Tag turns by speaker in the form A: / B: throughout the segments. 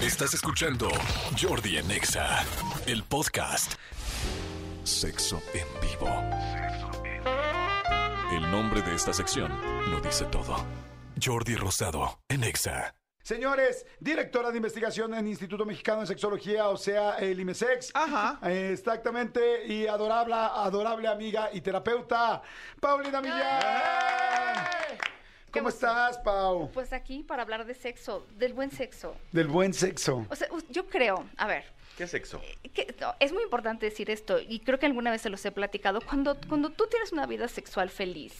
A: Estás escuchando Jordi en Exa, el podcast. Sexo en vivo. El nombre de esta sección lo dice todo. Jordi Rosado en Exa.
B: Señores, directora de investigación en Instituto Mexicano de Sexología, o sea, el E IMESEX.
C: Ajá.
B: Eh, Exactamente, y adorable, adorable amiga y terapeuta, Paulina Millán.
D: Qué
B: ¿Cómo
D: gusto.
B: estás, Pau?
D: Pues aquí para hablar de sexo, del buen sexo.
B: Del buen sexo.
D: O sea, us- yo creo, a ver,
C: ¿Qué sexo?
D: que- no, es muy importante decir esto y creo que alguna vez se los he platicado. Cuando, cuando tú tienes una vida sexual feliz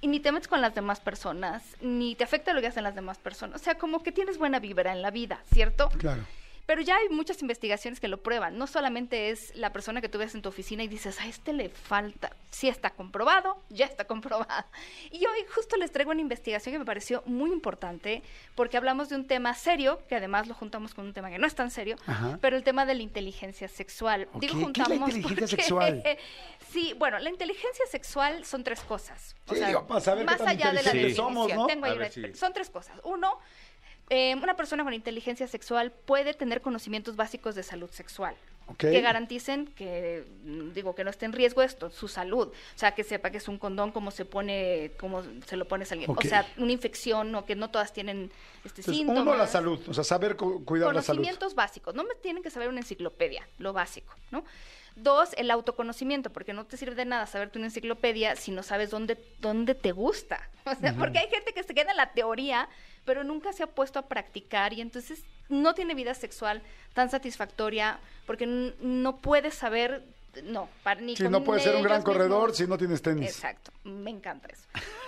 D: y ni te metes con las demás personas, ni te afecta lo que hacen las demás personas, o sea, como que tienes buena vibra en la vida, ¿cierto?
B: Claro.
D: Pero ya hay muchas investigaciones que lo prueban. No solamente es la persona que tú ves en tu oficina y dices, a este le falta. Sí está comprobado, ya está comprobado. Y hoy justo les traigo una investigación que me pareció muy importante porque hablamos de un tema serio, que además lo juntamos con un tema que no es tan serio,
B: Ajá.
D: pero el tema de la inteligencia sexual.
B: Ok,
D: Digo
B: ¿qué es la
D: juntamos
B: inteligencia
D: porque-
B: sexual?
D: sí, bueno, la inteligencia sexual son tres cosas.
B: Sí, digo, para saber qué
D: más
B: tan
D: allá de la
B: inteligentes
D: definición.
B: somos, ¿no?
D: Tengo ahí
C: A ver,
D: una-
C: sí.
D: Son tres cosas. Uno, eh, una persona con inteligencia sexual puede tener conocimientos básicos de salud sexual.
B: Ok.
D: Que garanticen que, mm, digo, que no esté en riesgo esto, su salud. O sea, que sepa que es un condón, cómo se pone, cómo se lo pones a alguien.
B: Ok.
D: O sea, una infección o que no todas tienen este,
B: Entonces,
D: síntomas.
B: uno, la salud, o sea, saber cu- cuidar la salud.
D: Conocimientos básicos. No me tienen que saber una enciclopedia, lo básico, ¿no? Dos, el autoconocimiento, porque no te sirve de nada saberte una enciclopedia si no sabes dónde, dónde te gusta. O sea, porque hay gente que se queda en la teoría, pero nunca se ha puesto a practicar y entonces no tiene vida sexual tan satisfactoria porque n- no puede saber, no, para ni
B: Si
D: con
B: no puedes ser un gran
D: ellos mismos.
B: corredor si no tienes tenis.
D: Exacto, me encanta eso.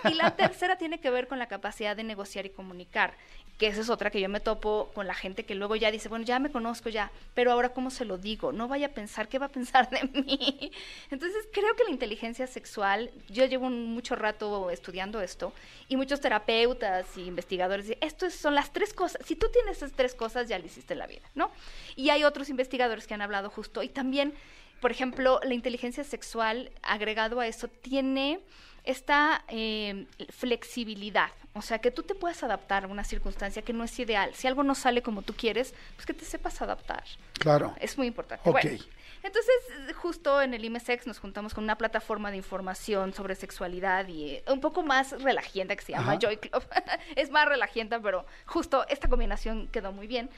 D: Y la tercera tiene que ver con la capacidad de negociar y comunicar, que esa es otra que yo me topo con la gente que luego ya dice, bueno, ya me conozco ya, pero ahora cómo se lo digo, no vaya a pensar qué va a pensar de mí. Entonces creo que la inteligencia sexual, yo llevo un- mucho rato estudiando esto y muchos terapeutas y investigadores dicen, esto son las tres cosas, si tú tienes esas tres cosas ya le hiciste la vida, ¿no? Y hay otros investigadores que han hablado justo y también por ejemplo, la inteligencia sexual, agregado a eso, tiene esta eh, flexibilidad. O sea, que tú te puedas adaptar a una circunstancia que no es ideal. Si algo no sale como tú quieres, pues que te sepas adaptar.
B: Claro.
D: Es muy importante.
B: Ok.
D: Bueno, entonces, eh, justo en el IMSEX nos juntamos con una plataforma de información sobre sexualidad y eh, un poco más relajienta que se llama
B: Ajá.
D: Joy Club. es más relajienta, pero justo esta combinación quedó muy bien.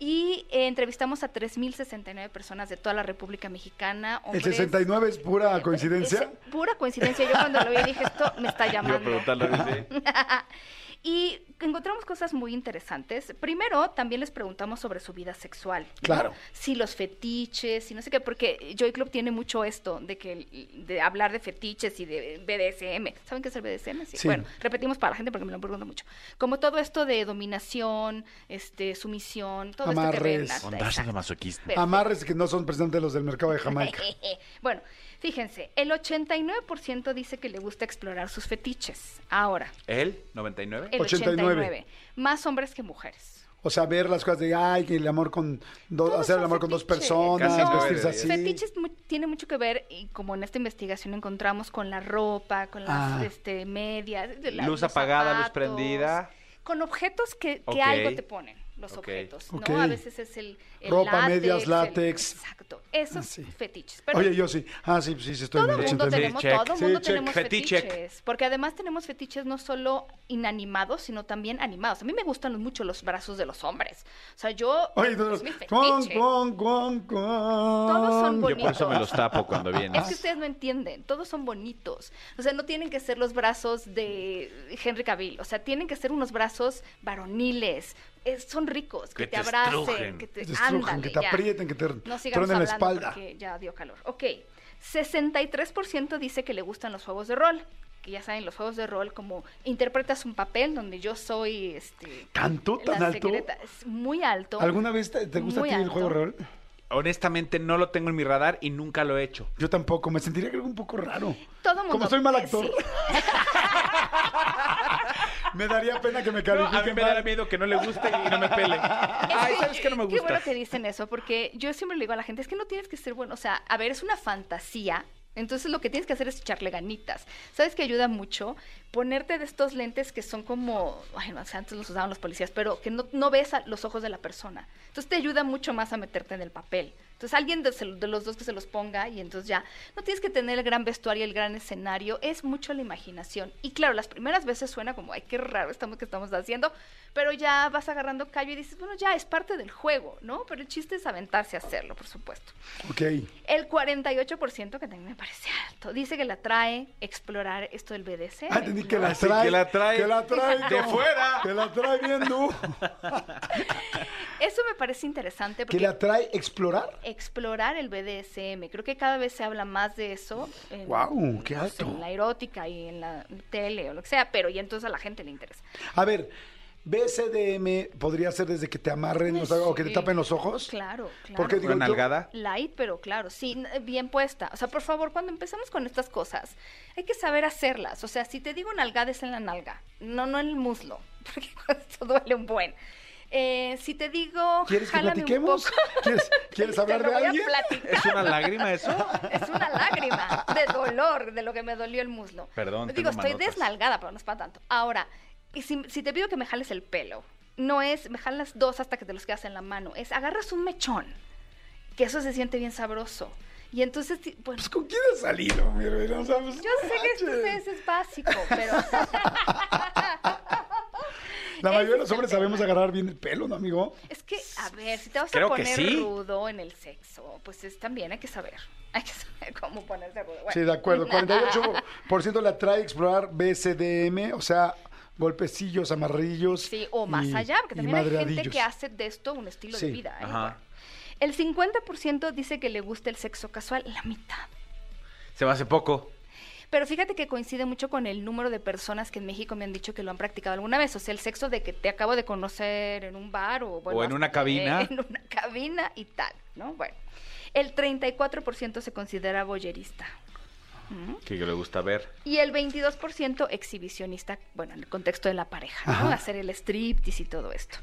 D: Y eh, entrevistamos a 3.069 personas de toda la República Mexicana.
B: ¿El
D: hombres-
B: 69 es pura
D: eh,
B: coincidencia?
D: es pura coincidencia. Yo cuando lo vi dije, esto me está
C: Yo
D: llamando.
C: preguntarle dice,
D: Y encontramos cosas muy interesantes. Primero, también les preguntamos sobre su vida sexual. ¿no?
B: Claro.
D: Si los fetiches, si no sé qué, porque Joy Club tiene mucho esto de que de hablar de fetiches y de BDSM. ¿Saben qué es el BDSM? Sí.
B: Sí.
D: Bueno, repetimos para la gente porque me lo preguntan mucho. Como todo esto de dominación, este, sumisión, todo esto que ven.
B: Amarres.
D: hasta-
C: ondarse de
D: exacto.
C: masoquista.
D: Perfecto.
B: Amarres que no son precisamente los del mercado de Jamaica.
D: bueno, fíjense, el 89% dice que le gusta explorar sus fetiches. Ahora,
C: ¿Él? ¿99?
D: el
B: 89.
D: 89. Más hombres que mujeres.
B: O sea, ver las cosas de, ay, que el amor con, do-
D: Todos
B: hacer el
D: son
B: amor con dos
D: fetiches.
B: personas,
C: Casi
B: vestirse
C: nueve,
B: así.
D: Fetiches mu- tiene mucho que ver, y como en esta investigación encontramos, con la ropa, con las
B: Ah.
D: este, medias, de la-
C: Luz
D: los
C: apagada, luz
D: zapatos,
C: prendida.
D: Con objetos que, que
C: Ok.
D: algo te ponen, los
C: Ok.
D: objetos, ¿no?
B: Ok.
D: A veces es el, el
B: Ropa,
D: látex,
B: medias,
D: el-
B: látex.
D: exacto, esos
B: Ah, sí.
D: fetiches. Pero-
B: Oye, yo sí. Ah, sí, sí, sí, estoy
D: todo
B: en
D: el
B: el
D: mundo
B: 89.
D: tenemos,
C: check.
D: todo el
B: Sí,
D: mundo
B: check.
D: tenemos
C: Fetiche.
D: fetiches, porque además tenemos fetiches no solo inanimados, sino también animados. A mí me gustan los- mucho los brazos de los hombres. O sea, yo
B: Oye,
D: es
B: todos
D: mi
B: los-
D: fetiche.
B: con, con, con, con.
D: Todos son
C: Yo por eso me los tapo cuando viene.
B: Ah.
D: Es que ustedes no entienden, todos son bonitos. O sea, no tienen que ser los brazos de Henry Cavill, o sea, tienen que ser unos brazos varoniles. Es- son ricos, que,
C: Que
D: te,
C: te
D: abracen,
C: estrujen.
D: que te,
B: Que te estrujen,
D: ándale,
B: que te
D: ya.
B: aprieten, que te
D: no sigamos
B: truenen la
D: hablando
B: espalda.
D: porque ya dio calor. Ok, 63% dice que le gustan los juegos de rol. Que ya saben, los juegos de rol, como interpretas un papel donde yo soy este,
B: ¿Tanto? ¿Tan
D: la
B: alto?
D: secreta. Es muy alto.
B: ¿Alguna vez te, te gusta a
D: Muy
B: ti el
D: alto.
B: juego rol?
C: Honestamente, no lo tengo en mi radar y nunca lo he hecho.
B: Yo tampoco, me sentiría creo que un poco raro.
D: Todo mundo.
B: Como soy mal
D: Eh,
B: actor.
D: sí.
B: me daría pena que me
C: No,
B: califiquen
C: a mí me
B: mal.
C: dará miedo que no le guste y no me pele. Ay, ¿sabes que no me
D: Qué bueno
C: gusta?
D: que dicen eso, porque yo siempre le digo a la gente, es que no tienes que ser bueno, o sea, a ver, es una fantasía. Entonces lo que tienes que hacer es echarle ganitas. ¿Sabes que ayuda mucho? ponerte de estos lentes que son como, bueno, o sea, antes los usaban los policías, pero que no, no ves a los ojos de la persona. Entonces te ayuda mucho más a meterte en el papel. Entonces alguien de, se- de los dos que se los ponga y entonces ya, no tienes que tener el gran vestuario, el gran escenario, es mucho la imaginación. Y claro, las primeras veces suena como, ay, qué raro estamos que estamos haciendo, pero ya vas agarrando callo y dices, bueno, ya es parte del juego, ¿no? Pero el chiste es aventarse a hacerlo, por supuesto.
B: Ok.
D: El 48%, que también me parece alto, dice que la trae explorar esto del BDC.
B: Ah, entendí que la
C: Así
B: trae.
C: que la trae
B: que la trae
C: de
B: como-
C: fuera.
B: Que la trae viendo.
D: Eso me parece interesante
B: que
D: porque
B: la trae explorar.
D: explorar el BDSM, creo que cada vez se habla más de eso. en-
B: Guau, qué
D: no sé,
B: alto.
D: pues En la erótica y en la tele o lo que sea, pero y entonces a la gente le interesa.
B: A ver, BCDM podría ser desde que te amarren o sea, o que te
D: Sí.
B: tapen los ojos.
D: Claro, claro.
B: Porque digo,
C: Una
B: yo-
C: nalgada.
D: Light, pero claro, sí, n- bien puesta. O sea, por favor, cuando empezamos con estas cosas, hay que saber hacerlas. O sea, si te digo nalgada es en la nalga, no, no en el muslo, porque esto duele un buen. Eh, si te digo,
B: ¿Quieres que
D: jálame un
B: platiquemos?
D: poco.
B: ¿Quieres, quieres
D: Te
B: hablar
D: lo
B: de
D: voy a
B: alguien?
D: platicar.
C: ¿Es una lágrima eso?
D: Es una lágrima de dolor de lo que me dolió el muslo.
C: Perdón,
D: Digo,
C: tengo
D: estoy
C: manotas.
D: desnalgada, pero no es para tanto. Ahora, y si, si te pido que me jales el pelo, no es me jalas dos hasta que te los quedas en la mano, es agarras un mechón, que eso se siente bien sabroso. Y entonces, ti- bueno,
B: Pues, ¿Con quién has salido? mi reina? O sea, pues,
D: yo sé que esto
B: manches.
D: es, es básico, pero
B: La
D: ese
B: mayoría de
D: es
B: los
D: el
B: hombres
D: tema.
B: sabemos agarrar bien el pelo, ¿no, amigo?
D: es que, a ver, si te vas
C: Creo
D: a
C: que
D: poner
C: sí.
D: rudo en el sexo, pues es, también hay que saber. Hay que saber cómo ponerse rudo. Bueno.
B: Sí, de acuerdo. 48% la trae explorar BCDM, o sea, golpecillos, amarrillos.
D: Sí, o más
B: y-
D: allá, porque
B: y
D: también hay gente
B: madreadillos.
D: que hace de esto un estilo
B: Sí,
D: de vida. ¿eh?
C: ajá.
D: Bueno. El 50% dice que le gusta el sexo casual, la mitad.
C: Se me hace poco.
D: Pero fíjate que coincide mucho con el número de personas que en México me han dicho que lo han practicado alguna vez. O sea, el sexo de que te acabo de conocer en un bar o, bueno,
C: en una
D: hasta-
C: cabina.
D: En una cabina y tal, ¿no? Bueno. El 34% se considera boyerista.
C: Que yo le gusta ver.
D: Y el 22% exhibicionista, bueno, en el contexto de la pareja, ¿no?
B: Ajá.
D: Hacer el striptease y todo esto.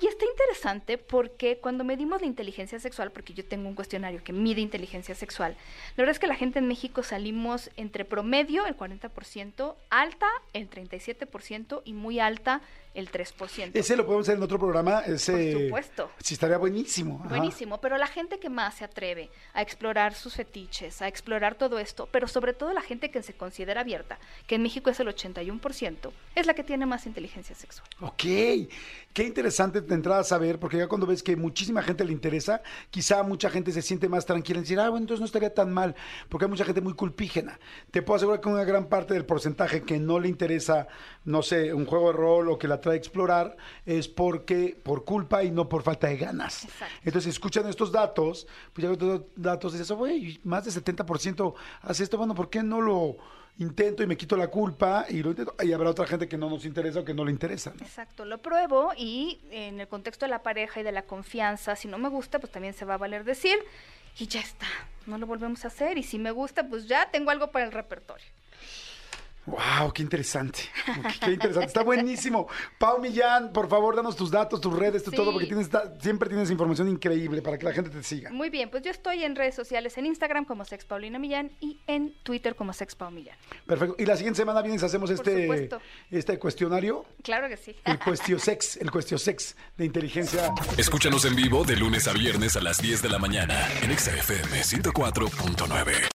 D: Y está interesante porque cuando medimos la inteligencia sexual, porque yo tengo un cuestionario que mide inteligencia sexual, la verdad es que la gente en México salimos entre promedio, el 40%, alta, el 37% y muy alta, el 3%.
B: Ese lo podemos hacer en otro programa. Ese,
D: Por supuesto.
B: Sí, estaría buenísimo. ajá.
D: Buenísimo, pero la gente que más se atreve a explorar sus fetiches, a explorar todo esto, pero sobre todo la gente que se considera abierta, que en México es el 81%, es la que tiene más inteligencia sexual.
B: Ok, qué interesante de entrada saber, porque ya cuando ves que muchísima gente le interesa, quizá mucha gente se siente más tranquila en decir, ah, bueno, entonces no estaría tan mal, porque hay mucha gente muy culpígena. Te puedo asegurar que una gran parte del porcentaje que no le interesa, no sé, un juego de rol o que la trae a explorar, es porque por culpa y no por falta de ganas.
D: Exacto.
B: Entonces, si escuchan estos datos, pues ya ven todos los datos, dices, güey, más del 70% hace esto, bueno, ¿por qué no lo intento y me quito la culpa y lo intento? Y habrá otra gente que no nos interesa o que no le interesa, ¿no?
D: Exacto, lo pruebo y en el contexto de la pareja y de la confianza, si no me gusta, pues también se va a valer decir y ya está, no lo volvemos a hacer y si me gusta, pues ya tengo algo para el repertorio.
B: ¡Wow! ¡Qué interesante! ¡Qué interesante! Está buenísimo. Pau Millán, por favor, danos tus datos, tus redes, tu
D: Sí.
B: todo, porque tienes, ta- siempre tienes información increíble para que la gente te siga.
D: Muy bien, pues yo estoy en redes sociales, en Instagram como Sex Paulina Millán y en Twitter como Sex Pau Millán.
B: Perfecto. Y la siguiente semana vienes, hacemos
D: Por
B: este,
D: supuesto.
B: este cuestionario,
D: Claro que sí.
B: el cuestiosex, el cuestiosex de inteligencia.
A: Escúchanos en vivo de lunes a viernes a las 10 de la mañana en Exa FM 104.9.